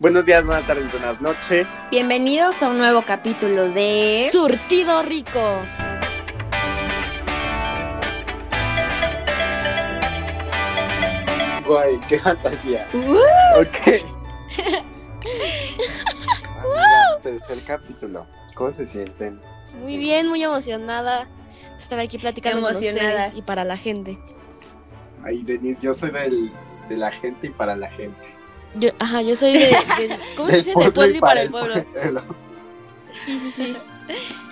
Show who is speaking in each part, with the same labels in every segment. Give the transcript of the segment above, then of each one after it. Speaker 1: Buenos días, buenas tardes, buenas noches.
Speaker 2: Bienvenidos a un nuevo capítulo
Speaker 3: ¿Eh?
Speaker 2: de
Speaker 3: Surtido rico.
Speaker 1: Guay, qué fantasía.
Speaker 2: Uh,
Speaker 1: Ok. Amigas, tercer capítulo. ¿Cómo se sienten?
Speaker 3: Muy bien, muy emocionada estar aquí platicando con
Speaker 2: Emocionadas.
Speaker 3: ustedes y para la gente.
Speaker 1: Ay, Denise, yo soy del, de la gente y para la gente.
Speaker 3: Yo, ajá, yo soy de, del- ¿cómo se
Speaker 1: Del
Speaker 3: dice? Del pueblo y para el pueblo.
Speaker 1: pueblo.
Speaker 3: Sí, sí, sí.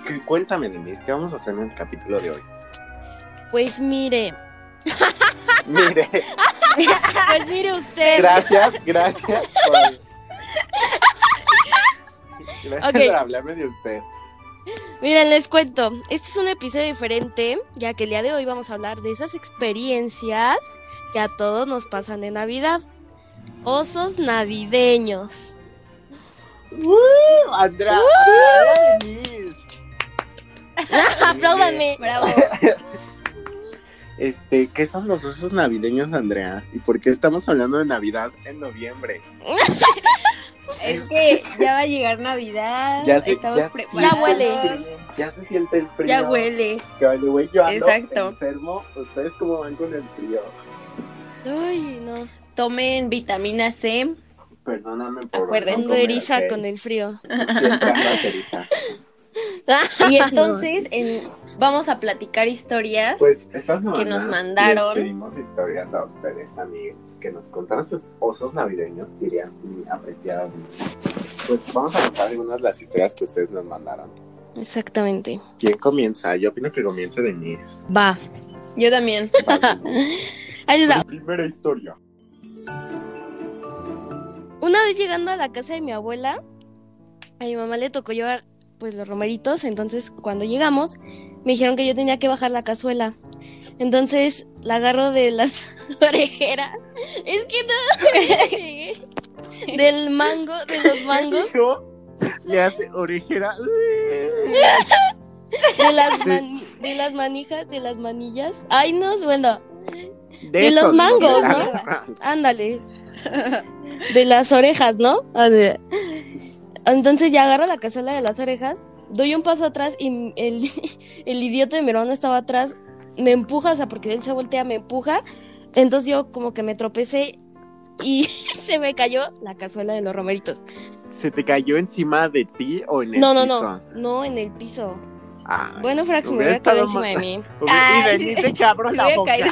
Speaker 1: Que- Cuéntame, Denise, ¿qué vamos a hacer en el capítulo de hoy?
Speaker 3: Pues mire,
Speaker 1: Mire,
Speaker 3: pues mire usted.
Speaker 1: gracias, gracias por... Gracias
Speaker 3: Ok.
Speaker 1: por hablarme de usted.
Speaker 3: Miren, les cuento. Este es un episodio diferente, ya que el día de hoy vamos a hablar de esas experiencias que a todos nos pasan de Navidad. Osos navideños.
Speaker 1: ¡Uh! Andrea, Andrea,
Speaker 3: ¡Uh!
Speaker 1: Denise.
Speaker 3: Apláudame.
Speaker 2: Bravo.
Speaker 1: Este, ¿qué son los osos navideños, Andrea? ¿Y por qué estamos hablando de Navidad en noviembre?
Speaker 2: Es que ya va a llegar Navidad.
Speaker 1: Ya se-
Speaker 2: Ah, estamos
Speaker 1: ya se-
Speaker 2: preparados.
Speaker 3: Ya huele.
Speaker 1: Ya se siente el frío.
Speaker 2: Ya huele.
Speaker 1: Que, vale, güey, yo ando
Speaker 2: Exacto.
Speaker 1: enfermo. ¿Ustedes cómo van con el frío?
Speaker 3: Ay, no.
Speaker 2: Tomen vitamina C.
Speaker 1: Perdóname por
Speaker 2: Acuérdense.
Speaker 3: Ando eriza con el frío.
Speaker 1: Siempre ando eriza.
Speaker 2: Y entonces en- vamos a platicar historias.
Speaker 1: Pues esta semana
Speaker 2: Que nos mandaron.
Speaker 1: les pedimos historias a ustedes, amigos, que nos contaran sus osos navideños, dirían y apreciadas. Pues vamos a contar algunas de las historias que ustedes nos mandaron.
Speaker 3: Exactamente.
Speaker 1: ¿Quién comienza? Yo opino que comience Denise.
Speaker 3: Va.
Speaker 2: Yo también.
Speaker 3: Ahí les va.
Speaker 1: Primera historia.
Speaker 3: Una vez llegando a la casa de mi abuela, a mi mamá le tocó llevar pues los romeritos, entonces cuando llegamos me dijeron que yo tenía que bajar la cazuela. Entonces la agarro de las orejeras. Es que no del mango, de los mangos,
Speaker 1: Le hace orejera.
Speaker 3: de las mani- de las manijas, de las manillas. Ay, no, bueno,
Speaker 1: De,
Speaker 3: los
Speaker 1: esos,
Speaker 3: mangos,
Speaker 1: ¿no?
Speaker 3: ándale. De las orejas, ¿no? O de- Entonces ya agarro la cazuela de las orejas, doy un paso atrás y el, el idiota de mi hermano estaba atrás, me empuja, o sea, porque él se voltea, me empuja. Entonces yo como que me tropecé y se me cayó la cazuela de los romeritos.
Speaker 1: ¿Se te cayó encima de ti o en el
Speaker 3: No, no, no,
Speaker 1: piso?
Speaker 3: no en el piso.
Speaker 1: Ay.
Speaker 3: Bueno, Frax, me
Speaker 1: hubiera
Speaker 3: hubiera caído
Speaker 1: estado
Speaker 3: encima de mí.
Speaker 2: Ay.
Speaker 1: Y Denise que abro
Speaker 2: Se
Speaker 1: la
Speaker 2: hubiera
Speaker 1: boca.
Speaker 2: caído.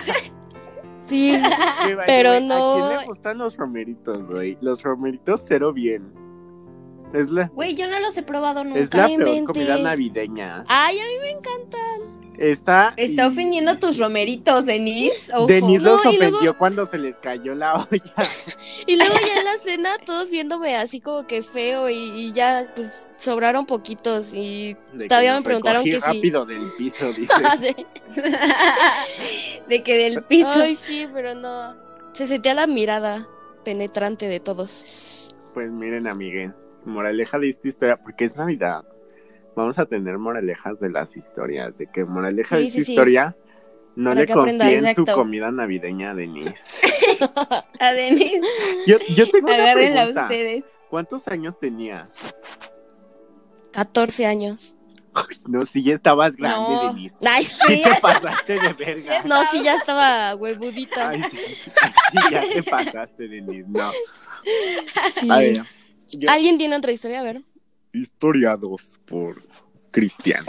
Speaker 3: Sí,
Speaker 1: Que vaya,
Speaker 3: Pero
Speaker 1: güey, ¿A
Speaker 3: no-
Speaker 1: quién le gustan los romeritos, güey? Los romeritos cero bien. Es la,
Speaker 2: Güey, yo no los he probado nunca.
Speaker 1: es la peor
Speaker 3: inventes.
Speaker 1: comida navideña.
Speaker 3: ay, a mí me
Speaker 1: Está.
Speaker 2: Está ofendiendo tus romeritos, Denise. Ojo.
Speaker 1: Denise los
Speaker 3: No, y
Speaker 1: ofendió
Speaker 3: luego-
Speaker 1: cuando se les cayó la olla.
Speaker 3: Y luego ya en la cena todos viéndome así como que feo y, y ya pues sobraron poquitos y
Speaker 1: De que
Speaker 3: Todavía
Speaker 1: los
Speaker 3: me preguntaron
Speaker 1: recogí
Speaker 3: que sí.
Speaker 1: rápido del piso, dice.
Speaker 2: de que del piso.
Speaker 3: Ay, sí, pero no. Se sentía la mirada penetrante de todos.
Speaker 1: Pues miren, amigues, moraleja de esta historia, porque es Navidad. Vamos a tener moralejas de las historias, de que moraleja de
Speaker 3: Sí,
Speaker 1: esta
Speaker 3: sí, sí.
Speaker 1: historia no
Speaker 3: Para
Speaker 1: le
Speaker 3: que aprenda,
Speaker 1: confíen su
Speaker 2: exacto.
Speaker 1: comida navideña a Denise.
Speaker 2: A Denise,
Speaker 1: Yo, yo tengo una
Speaker 2: agárrenla
Speaker 1: pregunta.
Speaker 2: ustedes.
Speaker 1: ¿Cuántos años tenías?
Speaker 3: 14 años.
Speaker 1: No, si ya estabas grande,
Speaker 2: No.
Speaker 1: Denise.
Speaker 3: Ay,
Speaker 1: Sí te pasaste de verga.
Speaker 3: no, sí, ya estaba huevudita.
Speaker 1: Ay, sí, sí, ya te pasaste, Denise. No.
Speaker 3: Sí.
Speaker 1: A ver, yo-
Speaker 3: ¿Alguien tiene otra historia? A ver.
Speaker 1: historiados por Cristian.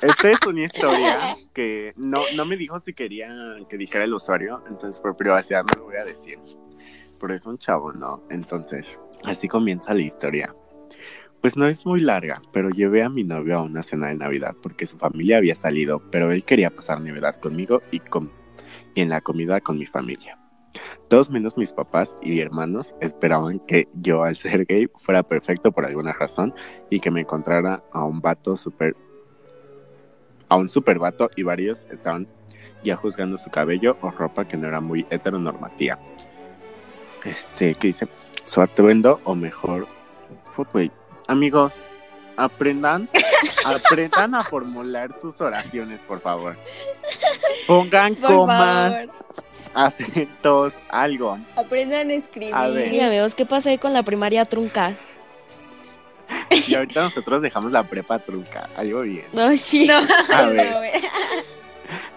Speaker 1: Esta es una historia que no, no me dijo si quería que dijera el usuario, entonces por privacidad no lo voy a decir. Pero es un chavo, ¿no? Entonces, así comienza la historia. Pues no es muy larga, pero llevé a mi novio a una cena de Navidad porque su familia había salido, pero él quería pasar Navidad conmigo y, con, y en la comida con mi familia. Todos menos mis papás y hermanos esperaban que yo al ser gay fuera perfecto por alguna razón y que me encontrara a un vato super a un super vato y varios estaban ya juzgando su cabello o ropa que no era muy heteronormativa. Este, ¿qué dice? Su atuendo o mejor fue güey. Amigos, aprendan, aprendan a formular sus oraciones, por favor. Pongan
Speaker 2: Por
Speaker 1: comas,
Speaker 2: favor.
Speaker 1: hacer todos algo.
Speaker 2: Aprendan a escribir.
Speaker 1: A ver.
Speaker 3: Sí, amigos, ¿qué pasa ahí con la primaria trunca?
Speaker 1: Y ahorita nosotros dejamos la prepa trunca. Algo bien.
Speaker 3: No, sí.
Speaker 2: No,
Speaker 1: A
Speaker 2: no,
Speaker 1: ver.
Speaker 2: eh.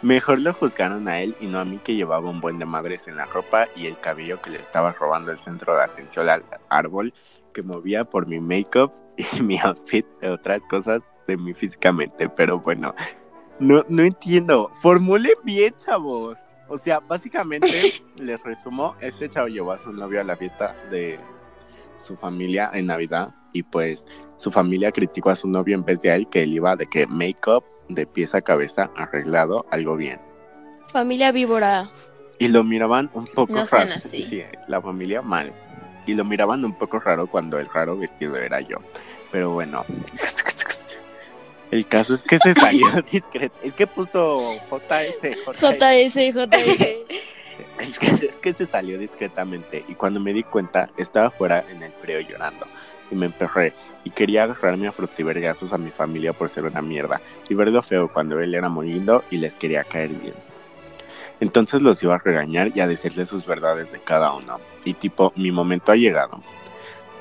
Speaker 1: Mejor lo juzgaron a él y no a mí que llevaba un buen de madres en la ropa y el cabello que le estaba robando el centro de atención al árbol que movía por mi make-up y mi outfit de otras cosas de mí físicamente. Pero bueno, no, no entiendo. Formule bien, chavos. O sea, básicamente, les resumo, este chavo llevó a su novio a la fiesta de su familia en Navidad y pues su familia criticó a su novio en vez de a él que él iba de que make-up de pies a cabeza arreglado, algo bien.
Speaker 3: Familia víbora.
Speaker 1: Y lo miraban un poco
Speaker 2: No sean
Speaker 1: raro.
Speaker 2: así.
Speaker 1: Sí, la familia mal. Y lo miraban un poco raro cuando el raro vestido era yo. Pero bueno. El caso es que se salió discreto. Es que puso JS.
Speaker 3: JS, JS.
Speaker 1: Es que, es que se salió discretamente y cuando me di cuenta estaba fuera en el frío llorando y me emperré y quería agarrarme a frutivergazos a mi familia por ser una mierda y verlo feo cuando él era muy lindo y les quería caer bien. Entonces los iba a regañar y a decirles sus verdades de cada uno y tipo mi momento ha llegado.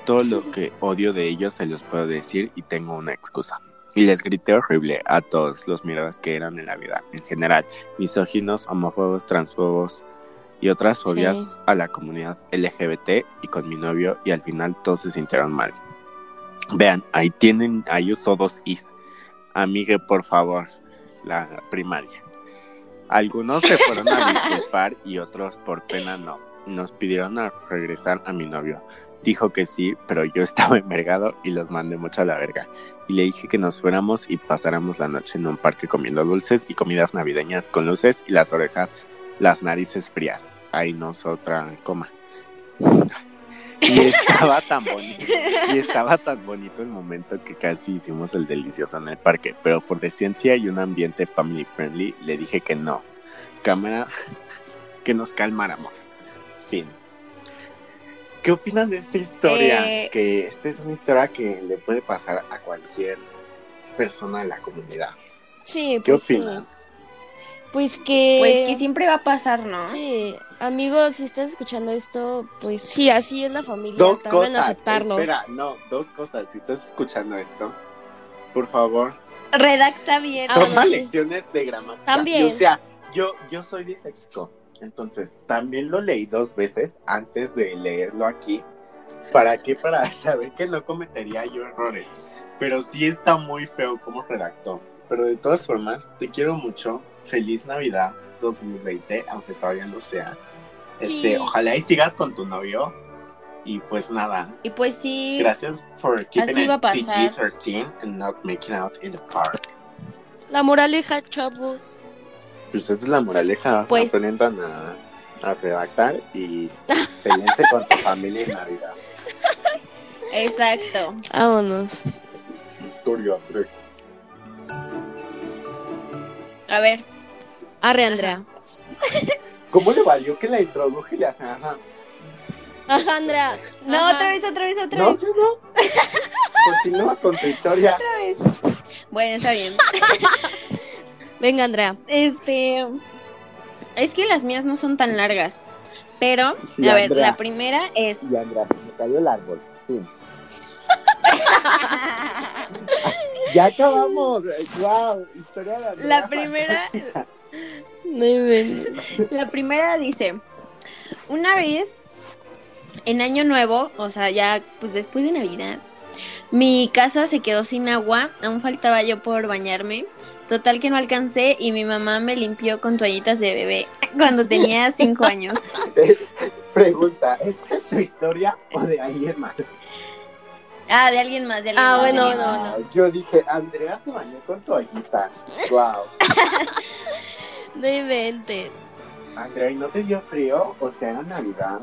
Speaker 1: Todo lo que odio de ellos se los puedo decir y tengo una excusa. Y les grité horrible a todos los mierdas que eran en la vida en general, misóginos, homófobos, transfobos, y otras fobias
Speaker 3: Sí.
Speaker 1: a la comunidad LGBT y con mi novio y al final todos se sintieron mal. Vean, ahí tienen, ahí usó dos is. Amigue, por favor, la primaria. Algunos se fueron a disculpar y otros por pena no. Nos pidieron a regresar a mi novio. Dijo que sí, pero yo estaba envergado y los mandé mucho a la verga. Y le dije que nos fuéramos y pasáramos la noche en un parque comiendo dulces y comidas navideñas con luces y las orejas las narices frías. Ahí no es otra coma. Y estaba tan bonito. Y estaba tan bonito el momento que casi hicimos el delicioso en el parque. Pero por decencia y un ambiente family friendly, le dije que no. Cámara, que nos calmáramos. Fin. ¿Qué opinan de esta historia?
Speaker 2: Eh.
Speaker 1: Que esta es una historia que le puede pasar a cualquier persona de la comunidad.
Speaker 3: Sí,
Speaker 1: ¿Qué
Speaker 3: pues sí.
Speaker 1: opinan?
Speaker 3: Pues que...
Speaker 2: Pues que siempre va a pasar, ¿no?
Speaker 3: Sí, amigos, si estás escuchando esto, pues sí, así es la familia.
Speaker 1: dos
Speaker 3: tardan en
Speaker 1: cosas.
Speaker 3: aceptarlo.
Speaker 1: Espera, no, dos cosas. Si estás escuchando esto, por favor,
Speaker 2: Redacta bien.
Speaker 3: Ah,
Speaker 1: toma
Speaker 3: bueno, sí.
Speaker 1: lecciones de gramática.
Speaker 3: También.
Speaker 1: Y, o sea, yo, yo soy disléxico, entonces también lo leí dos veces antes de leerlo aquí. ¿Para qué? Para saber que no cometería yo errores. Pero sí está muy feo cómo redactó. Pero de todas formas, te quiero mucho. Feliz Navidad 2020, aunque todavía no sea. Este,
Speaker 3: Sí.
Speaker 1: Ojalá y sigas con tu novio. Y pues nada,
Speaker 2: Y pues sí,
Speaker 1: Gracias por keeping
Speaker 2: Así
Speaker 1: it
Speaker 2: va a pasar.
Speaker 1: PG-13 and not making out in the park.
Speaker 3: La moraleja, chavos.
Speaker 1: Pues esta es la moraleja.
Speaker 2: Pues-
Speaker 1: Aprendan a, a redactar y peleense con su familia en Navidad.
Speaker 2: exacto.
Speaker 3: Vámonos.
Speaker 1: Historia, creo.
Speaker 2: A ver,
Speaker 3: Arre, Andrea.
Speaker 1: ¿Cómo le valió que la introduje y le hacen ajá?
Speaker 3: Ajá, Andrea.
Speaker 2: no,
Speaker 3: Ajá.
Speaker 2: otra vez, otra vez, otra
Speaker 1: No,
Speaker 2: vez,
Speaker 1: yo no. Continúa con tu historia.
Speaker 2: otra vez. Bueno, está bien.
Speaker 3: Venga, Andrea.
Speaker 2: Este. Es que las mías no son tan largas. Pero, a
Speaker 1: Y
Speaker 2: ver,
Speaker 1: Andrea.
Speaker 2: la primera es.
Speaker 1: Y Andrea, se me cayó el árbol. Fin. Ya acabamos. Wow, historia de Andrea.
Speaker 2: la primera.
Speaker 3: No inventes.
Speaker 2: La primera dice, una vez en Año Nuevo, o sea, ya pues después de Navidad, mi casa se quedó sin agua, aún faltaba yo por bañarme. Total que no alcancé y mi mamá me limpió con toallitas de bebé cuando tenía cinco años.
Speaker 1: Pregunta, ¿esta es tu historia o de alguien más?
Speaker 2: Ah, de alguien más, de alguien
Speaker 3: Ah,
Speaker 2: más.
Speaker 3: bueno,
Speaker 2: de
Speaker 3: bueno,
Speaker 2: alguien más.
Speaker 1: Ah, Yo dije, Andrea se bañó con toallita. Wow.
Speaker 3: No inventes.
Speaker 1: Andrea, ¿y no te dio frío? O sea, era Navidad.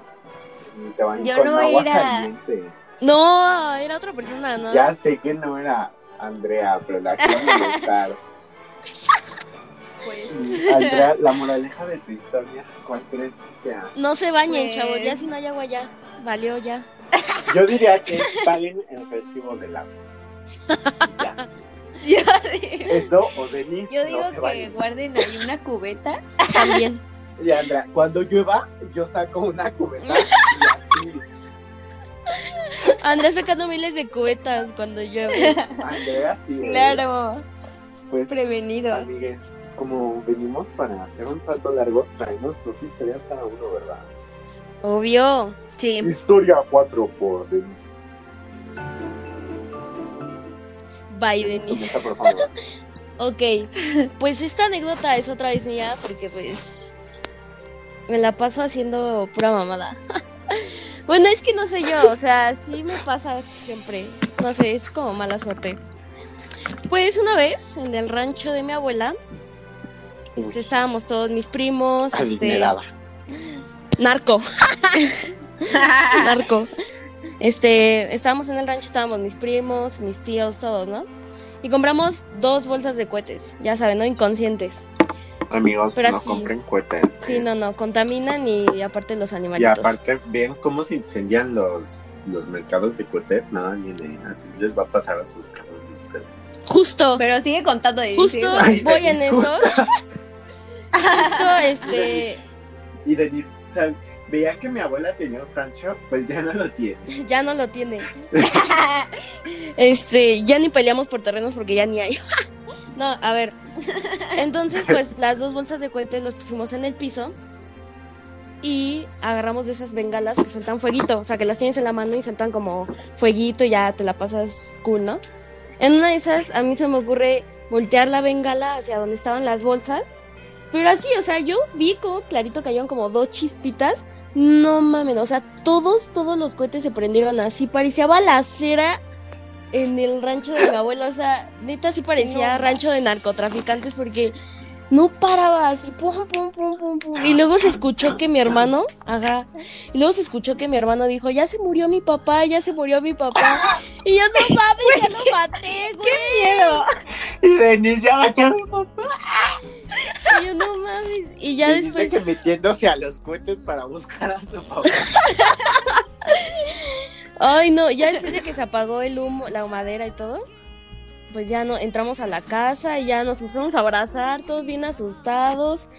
Speaker 1: Y Te bañó
Speaker 2: Yo
Speaker 1: con
Speaker 2: no
Speaker 1: agua
Speaker 2: era.
Speaker 1: caliente.
Speaker 3: No, era otra persona, ¿no?
Speaker 1: Ya sé que no era Andrea, pero la quiero molestar. Y, Andrea, la moraleja de tu historia, ¿cuál crees que sea?
Speaker 3: No se bañen,
Speaker 2: Pues-
Speaker 3: chavos. Ya si no hay agua, ya. Valió ya.
Speaker 1: Yo diría que paguen el festivo del agua. Ya.
Speaker 2: Yo, di-
Speaker 1: Eso o Denise.
Speaker 2: yo
Speaker 1: no
Speaker 2: digo
Speaker 1: se
Speaker 2: que
Speaker 1: bañen.
Speaker 2: guarden ahí una cubeta
Speaker 3: También.
Speaker 4: Leandra, cuando llueva, yo saco una cubeta y así.
Speaker 3: Andrés sacando miles de cubetas cuando llueve.
Speaker 4: Andrea, sí. güey.
Speaker 2: Claro,
Speaker 4: Pues,
Speaker 2: prevenidos.
Speaker 4: amigues, como venimos para hacer un rato largo, traemos dos historias cada uno, ¿verdad?
Speaker 3: Obvio.
Speaker 2: Sí.
Speaker 4: Historia 4 por Denise.
Speaker 3: Bye, Denise.
Speaker 4: Comienza, por favor.
Speaker 3: Ok, pues esta anécdota es otra vez mía porque pues me la paso haciendo pura mamada. bueno, es que no sé yo, o sea, sí me pasa siempre. No sé, es como mala suerte. Pues una vez en el rancho de mi abuela, este, estábamos todos mis primos, este,
Speaker 1: Adinerada.
Speaker 3: narco. narco. Este, estábamos en el rancho, estábamos mis primos, mis tíos, todos, ¿no? Y compramos dos bolsas de cohetes, ya saben, ¿no? Inconscientes.
Speaker 1: Amigos,
Speaker 3: Pero
Speaker 1: no
Speaker 3: sí.
Speaker 1: compren cohetes.
Speaker 3: Sí, no, no, contaminan y aparte los
Speaker 1: Y
Speaker 3: animalitos.
Speaker 1: aparte, vean cómo se incendian los, los mercados de cohetes. Nada, ni de- así les va a pasar a sus casas de ustedes.
Speaker 3: Justo,
Speaker 2: Pero sigue contando de
Speaker 3: justo
Speaker 1: Ay,
Speaker 3: voy en eso.
Speaker 1: justo.
Speaker 3: Justo, este,
Speaker 1: Y Denise, o sea, veía que mi abuela tenía un rancho, pues ya no lo tiene.
Speaker 3: ya no lo tiene. Este, ya ni peleamos por terrenos porque ya ni hay. No, a ver. Entonces, pues las dos bolsas de cohetes los pusimos en el piso y agarramos de esas bengalas que sueltan fueguito, o sea, que las tienes en la mano y sueltan como fueguito y ya te la pasas cool, ¿no? En una de esas a mí se me ocurre voltear la bengala hacia donde estaban las bolsas. Pero así, o sea, yo vi como clarito cayeron como dos chispitas. No mames, o sea, todos, todos los cohetes se prendieron así. Parecía balacera en el rancho de mi abuelo. O sea, neta sí parecía
Speaker 2: No.
Speaker 3: rancho de narcotraficantes porque no paraba así. Pum, pum, pum, pum, pum. Y luego se escuchó que mi hermano, ajá. Y luego se escuchó que mi hermano dijo, ya se murió mi papá, ya se murió mi papá. Y yo no mames, ya lo maté, güey.
Speaker 2: miedo.
Speaker 1: Y Denise ya va a tener
Speaker 3: Y yo no mames. Y ya
Speaker 1: Denise de
Speaker 3: después.
Speaker 1: que metiéndose a los cohetes para buscar a su papá.
Speaker 3: Ay, no, ya después de que se apagó el humo, la humadera y todo, pues ya no, entramos a la casa y ya nos empezamos a abrazar, todos bien asustados.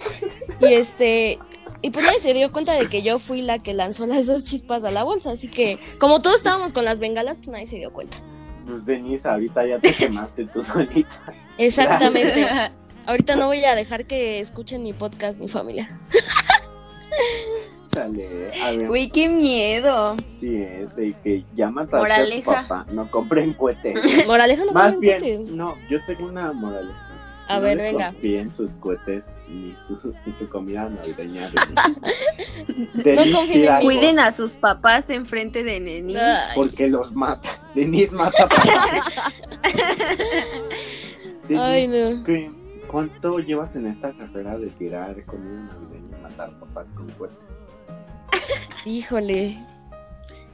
Speaker 3: Y este, y pues nadie se dio cuenta de que yo fui la que lanzó las dos chispas a la bolsa, así que como todos estábamos con las bengalas, pues nadie se dio cuenta.
Speaker 1: Pues Denise, ahorita ya te quemaste tú solita.
Speaker 3: Exactamente. Ahorita no voy a dejar que escuchen mi podcast, mi familia.
Speaker 1: Dale, a ver.
Speaker 2: Güey, qué miedo.
Speaker 1: Sí, es de que ya mataste
Speaker 2: Moraleja.
Speaker 1: a tu papá. No compren cohetes.
Speaker 3: Moraleja no
Speaker 1: Más
Speaker 3: comen cohetes.
Speaker 1: bien, no, yo tengo una moraleja.
Speaker 3: A
Speaker 1: No
Speaker 3: ver,
Speaker 1: le
Speaker 3: venga.
Speaker 1: Confíen sus cohetes ni su, ni su comida navideña. Denise. Denise
Speaker 3: No confíen
Speaker 1: tira
Speaker 3: en mí.
Speaker 1: algo,
Speaker 2: Cuiden a sus papás enfrente de Neni.
Speaker 3: Ay.
Speaker 1: Porque los mata. Denise mata papás. Denise,
Speaker 3: Ay, no.
Speaker 1: ¿qué- ¿Cuánto llevas en esta carrera de tirar comida navideña y matar papás con cohetes?
Speaker 3: Híjole.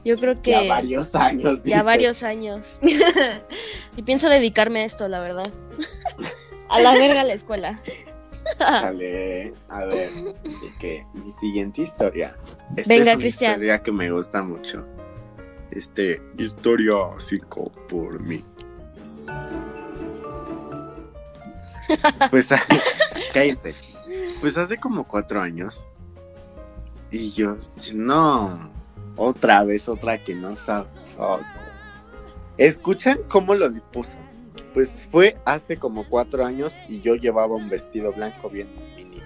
Speaker 3: Yo creo que
Speaker 1: Ya varios años.
Speaker 3: ya
Speaker 1: dice.
Speaker 3: varios años. Y pienso dedicarme a esto, la verdad. A la verga la escuela. ah.
Speaker 1: Chale, a ver, de que mi siguiente historia. Esta
Speaker 3: Venga,
Speaker 1: es una
Speaker 3: Cristian.
Speaker 1: historia que me gusta mucho. Este, historia 5 por mí. Pues, cállense. Pues hace como cuatro años. Y yo, no, otra vez, otra que no sabe. Oh, no. ¿Escuchan cómo lo puso? Pues fue hace como cuatro años y yo llevaba un vestido blanco bien minito.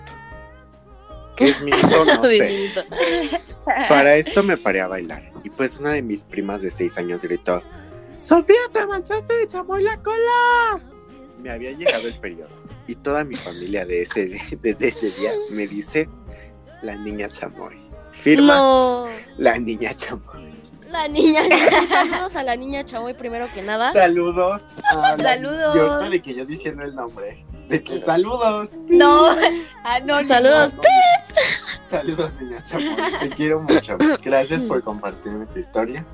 Speaker 1: ¿Qué es minito? No sé.
Speaker 3: Benito.
Speaker 2: Ah.
Speaker 1: Para esto me paré a bailar. Y pues una de mis primas de seis años gritó: ¡Sofía, te manchaste de chamoy la cola! Me había llegado el periodo. Y toda mi familia de ese, desde ese día me dice: La niña chamoy. Firma
Speaker 3: No.
Speaker 1: la niña chamoy.
Speaker 3: La niña. Saludos a la niña Chamoy primero que nada.
Speaker 1: Saludos. a la-
Speaker 2: ¿Ah? Saludos.
Speaker 1: Y ahorita de que yo diciendo el nombre. De que saludos.
Speaker 2: No, ah, no, no.
Speaker 3: Saludos.
Speaker 1: No, no, no. Saludos, niña Chamoy. Te quiero mucho. Gracias por compartirme tu historia.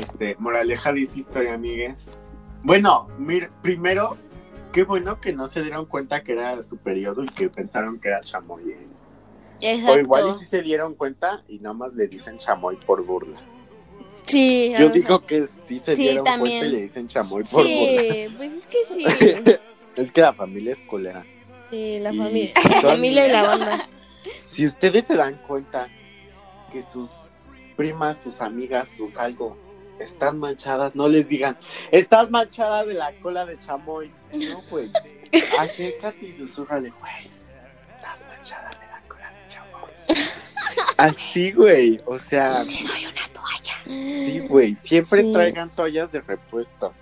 Speaker 1: Este, moraleja de esta historia, amigues. Bueno, mir- primero, qué bueno que no se dieron cuenta que era su periodo y que pensaron que era chamoy. ¿eh? O igual y
Speaker 2: Exacto.
Speaker 1: sí se dieron cuenta y nada más le dicen chamoy por burla.
Speaker 3: Sí.
Speaker 1: Yo
Speaker 3: ajá.
Speaker 1: digo que sí se
Speaker 2: Sí,
Speaker 1: dieron
Speaker 2: también.
Speaker 1: cuenta y le dicen chamoy por burla.
Speaker 3: Sí, pues es que sí.
Speaker 1: es que la familia es culera.
Speaker 3: Sí, la
Speaker 1: Y
Speaker 3: familia.
Speaker 1: son-
Speaker 3: La familia y la banda.
Speaker 1: Sí, Si ustedes se dan cuenta que sus primas, sus amigas, sus algo están manchadas, no les digan, estás manchada de la cola de chamoy. No, güey. Acércate y susurrale, güey, estás manchada de la cola de chamoy. Así, güey. O sea,
Speaker 2: Le doy una toalla.
Speaker 1: sí, güey. Siempre
Speaker 3: Sí.
Speaker 1: traigan toallas de repuesto.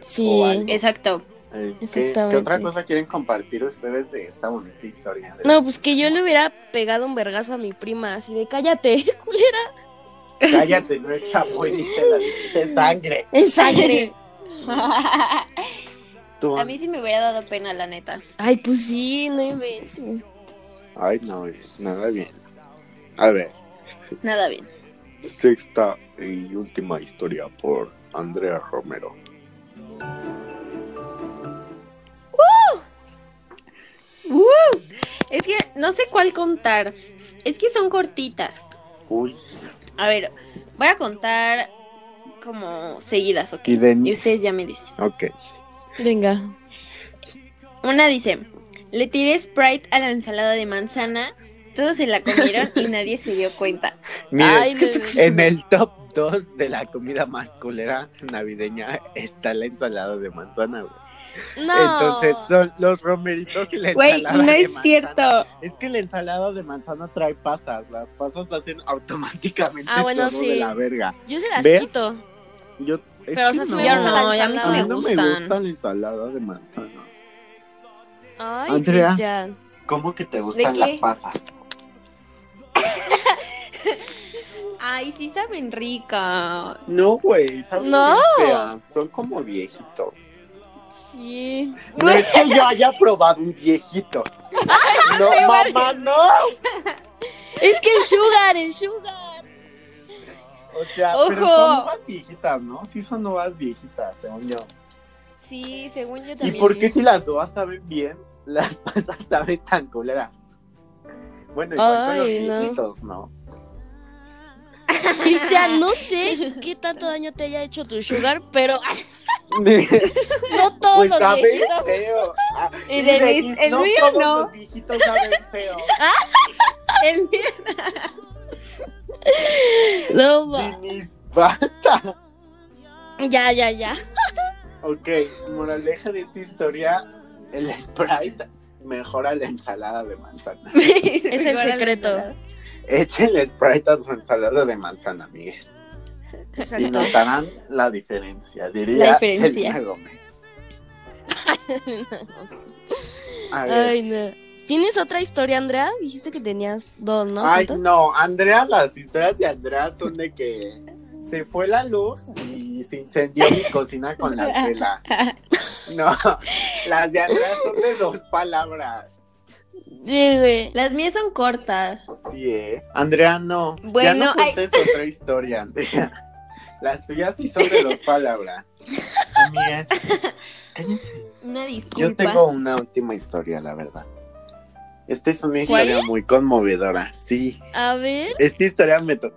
Speaker 3: Sí.
Speaker 1: O algo.
Speaker 2: Exacto.
Speaker 1: Eh, ¿Qué,
Speaker 3: Exactamente.
Speaker 1: qué otra cosa quieren compartir ustedes de esta bonita historia? De-
Speaker 3: No, pues que yo le hubiera pegado un vergazo a mi prima, así de cállate, culera.
Speaker 1: Cállate, no es chamoy, dice la dice sangre.
Speaker 3: En sangre.
Speaker 2: a
Speaker 1: Tú,
Speaker 2: mí sí me hubiera dado pena, la neta.
Speaker 3: Ay, pues sí, no inventes.
Speaker 1: Ay, no, es nada bien. A ver,
Speaker 2: Nada bien.
Speaker 1: sexta y última historia por Andrea Romero.
Speaker 2: Es que no sé cuál contar. Es que son cortitas.
Speaker 1: Uy,
Speaker 2: A ver, voy a contar como seguidas, ¿ok?
Speaker 1: Y de-
Speaker 2: Y ustedes ya me dicen.
Speaker 1: ok.
Speaker 3: Venga.
Speaker 2: Una dice, le tiré Sprite a la ensalada de manzana, todos se la comieron y nadie se dio cuenta.
Speaker 1: Miren,
Speaker 3: Ay, no inventes.
Speaker 1: en el top 2 de la comida más culera navideña está la ensalada de manzana, güey.
Speaker 3: No.
Speaker 1: Entonces son los romeritos y la
Speaker 2: Güey,
Speaker 1: ensalada
Speaker 2: no
Speaker 1: de
Speaker 2: es
Speaker 1: manzana.
Speaker 2: cierto.
Speaker 1: Es que la ensalada de manzana trae pasas. Las pasas hacen automáticamente
Speaker 3: Ah, bueno,
Speaker 1: todo
Speaker 3: sí.
Speaker 1: de la verga.
Speaker 3: Yo se las
Speaker 1: ¿Ves?
Speaker 3: quito.
Speaker 1: Yo, es
Speaker 3: Pero, o
Speaker 1: que
Speaker 3: sea, sí
Speaker 2: Yo
Speaker 3: me gusta
Speaker 2: no,
Speaker 3: la
Speaker 2: ya
Speaker 1: A
Speaker 2: a mí sí
Speaker 1: mí
Speaker 2: me
Speaker 3: ensalada.
Speaker 1: no me
Speaker 2: gustan.
Speaker 1: gusta la ensalada de manzana.
Speaker 3: Ay,
Speaker 1: Andrea.
Speaker 3: Cristian.
Speaker 1: ¿Cómo que te
Speaker 2: gustan qué? las
Speaker 1: pasas?
Speaker 2: Ay, sí saben rica.
Speaker 1: No, güey. saben
Speaker 3: No.
Speaker 1: bien feas, Son como viejitos.
Speaker 3: Sí.
Speaker 1: No es que yo haya probado un viejito. No, mamá, no.
Speaker 3: Es que el sugar, el sugar.
Speaker 1: O sea, pero
Speaker 2: Ojo.
Speaker 1: son uvas viejitas, ¿no? Sí son uvas viejitas, según yo.
Speaker 2: Sí, según yo
Speaker 1: ¿Y
Speaker 2: también.
Speaker 1: por qué si las uvas saben bien, las pasas saben tan culera? Bueno, igual con los
Speaker 3: Ay, no.
Speaker 1: viejitos, ¿no?
Speaker 3: Cristian, no sé qué tanto daño te haya hecho tu sugar, pero ay, no todos
Speaker 1: pues
Speaker 3: los
Speaker 1: saben
Speaker 3: viejitos.
Speaker 1: feo. Ah,
Speaker 2: Y de
Speaker 1: Denis,
Speaker 2: Luis, el
Speaker 1: no
Speaker 2: mío
Speaker 1: todos
Speaker 2: no.
Speaker 1: los viejitos saben feo.
Speaker 2: El-
Speaker 3: No, va.
Speaker 1: Denis, basta.
Speaker 3: Ya, ya, ya.
Speaker 1: Ok, moraleja de esta historia, el Sprite mejora la ensalada de manzana.
Speaker 3: Es el
Speaker 2: Igual a la
Speaker 3: secreto.
Speaker 2: ensalada.
Speaker 1: Echen el Sprite a su ensalada de manzana, amigues. Y
Speaker 3: Exacto.
Speaker 1: notarán la diferencia, diría
Speaker 2: La diferencia.
Speaker 1: Selena Gómez. A ver.
Speaker 3: Ay, no. ¿Tienes otra historia, Andrea? Dijiste que tenías dos, ¿no?
Speaker 1: Ay,
Speaker 3: ¿Cuántas?
Speaker 1: no, Andrea, las historias de Andrea son de que se fue la luz y se incendió mi cocina con la vela. No, las de Andrea son de dos palabras.
Speaker 3: Sí, güey.
Speaker 2: Las mías son cortas.
Speaker 1: Sí, ¿eh? Andrea, no. ya
Speaker 2: Bueno,
Speaker 1: no
Speaker 2: ay.
Speaker 1: cuentes otra historia, Andrea. Las tuyas sí son de dos palabras. Amigas,
Speaker 2: Una disculpa.
Speaker 1: yo tengo una última historia, la verdad. Esta es una historia muy conmovedora, sí.
Speaker 3: A ver.
Speaker 1: Esta historia me tocó.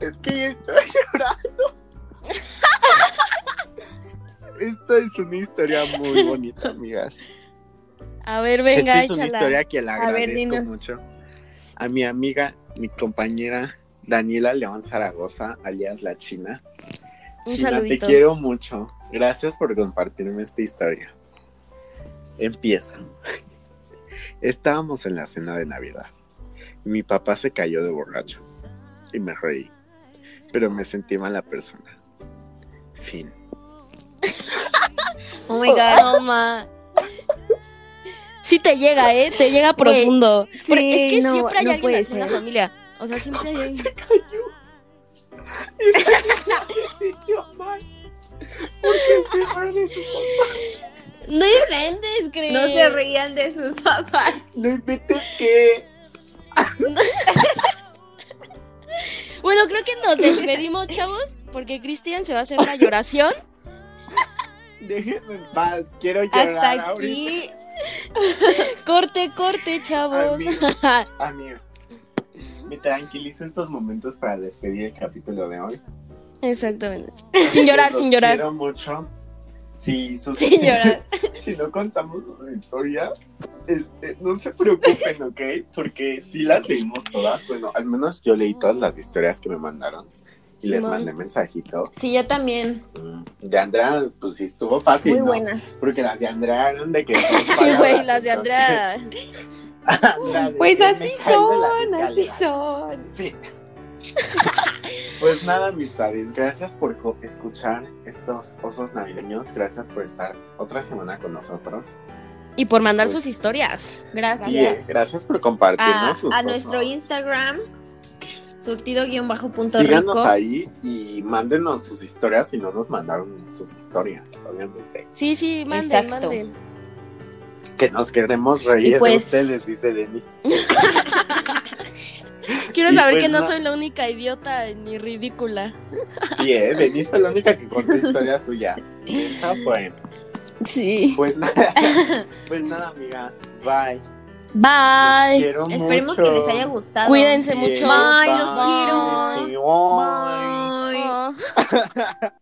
Speaker 1: Es que yo estoy llorando. Esta es una historia muy bonita, amigas.
Speaker 3: A ver, venga,
Speaker 1: Esta es una
Speaker 3: échala.
Speaker 1: historia que le
Speaker 2: A ver,
Speaker 1: agradezco
Speaker 2: dinos.
Speaker 1: mucho a mi amiga, mi compañera Daniela León Zaragoza, alias La China.
Speaker 3: Un
Speaker 1: China, te
Speaker 3: saludito.
Speaker 1: quiero mucho. Gracias por compartirme esta historia. Empieza. Estábamos en la cena de Navidad. Mi papá se cayó de borracho y me reí, pero me sentí mala persona. Fin.
Speaker 2: Oh my god.
Speaker 3: No, ma. Sí te llega, ¿eh? Te llega profundo. Porque es que
Speaker 2: no,
Speaker 3: siempre hay
Speaker 2: no
Speaker 3: alguien
Speaker 2: puede
Speaker 3: así en la
Speaker 2: ser.
Speaker 3: familia. O sea, siempre hay alguien.
Speaker 1: Se sintió mal. Porque se fue de su
Speaker 3: No inventes, creo.
Speaker 2: No se reían de sus papás.
Speaker 1: No inventes que.
Speaker 3: Bueno, creo que nos despedimos, chavos, porque Cristian se va a hacer la lloración.
Speaker 1: Déjenme en paz. Quiero llorar
Speaker 2: Hasta
Speaker 1: ahorita.
Speaker 2: aquí.
Speaker 3: Corte, corte, chavos.
Speaker 1: Amigos. Amigo, Ah, me tranquilizo estos momentos para despedir el capítulo de hoy.
Speaker 3: Exactamente. Sin llorar,
Speaker 1: Los
Speaker 3: sin llorar.
Speaker 1: Quiero mucho. Si, sus-
Speaker 2: Sin llorar.
Speaker 1: si no contamos sus historias, este, no se preocupen, ¿ok? Porque si las leímos todas. Bueno, al menos yo leí todas las historias que me mandaron y les
Speaker 3: Simón.
Speaker 1: mandé mensajito.
Speaker 2: Sí, yo también.
Speaker 1: Mm, De Andrea, pues sí estuvo fácil.
Speaker 2: Muy
Speaker 1: ¿no?
Speaker 2: buenas.
Speaker 1: Porque las de Andrea eran de que.
Speaker 3: Sí, güey, las de Andrea.
Speaker 1: Ándale,
Speaker 2: Pues
Speaker 1: que
Speaker 2: así
Speaker 1: me caigo de
Speaker 2: son,
Speaker 1: las
Speaker 2: así
Speaker 1: escaleras.
Speaker 2: son.
Speaker 1: Sí. Pues nada, amistades, gracias por co- escuchar estos osos navideños, gracias por estar otra semana con nosotros.
Speaker 3: Y por mandar sus historias.
Speaker 2: Gracias.
Speaker 1: Sí, eh, gracias por compartirnos.
Speaker 2: a,
Speaker 1: sus
Speaker 2: a
Speaker 1: osos.
Speaker 2: nuestro Instagram, surtido-punto
Speaker 1: Síganos
Speaker 2: rico.
Speaker 1: ahí y mándenos sus historias si no nos mandaron sus historias, obviamente.
Speaker 3: Sí, sí, manden,
Speaker 2: Exacto.
Speaker 3: manden.
Speaker 1: Que nos queremos reír
Speaker 2: Y pues-
Speaker 1: de ustedes, dice Denis.
Speaker 3: Quiero
Speaker 1: Y
Speaker 3: saber
Speaker 1: pues
Speaker 3: que no
Speaker 1: na-
Speaker 3: soy la única idiota ni ridícula.
Speaker 1: Sí, eh, Denis fue la única que contó historias suyas. Esa fue.
Speaker 3: Sí.
Speaker 1: Pues nada, pues nada, amigas. Bye.
Speaker 3: Bye.
Speaker 1: Quiero
Speaker 2: Esperemos
Speaker 1: mucho.
Speaker 2: que les haya gustado.
Speaker 3: Cuídense
Speaker 1: Sí,
Speaker 3: mucho.
Speaker 2: Bye, los
Speaker 1: bye.
Speaker 2: quiero.
Speaker 1: Sí, bye.
Speaker 2: Bye.
Speaker 3: Oh.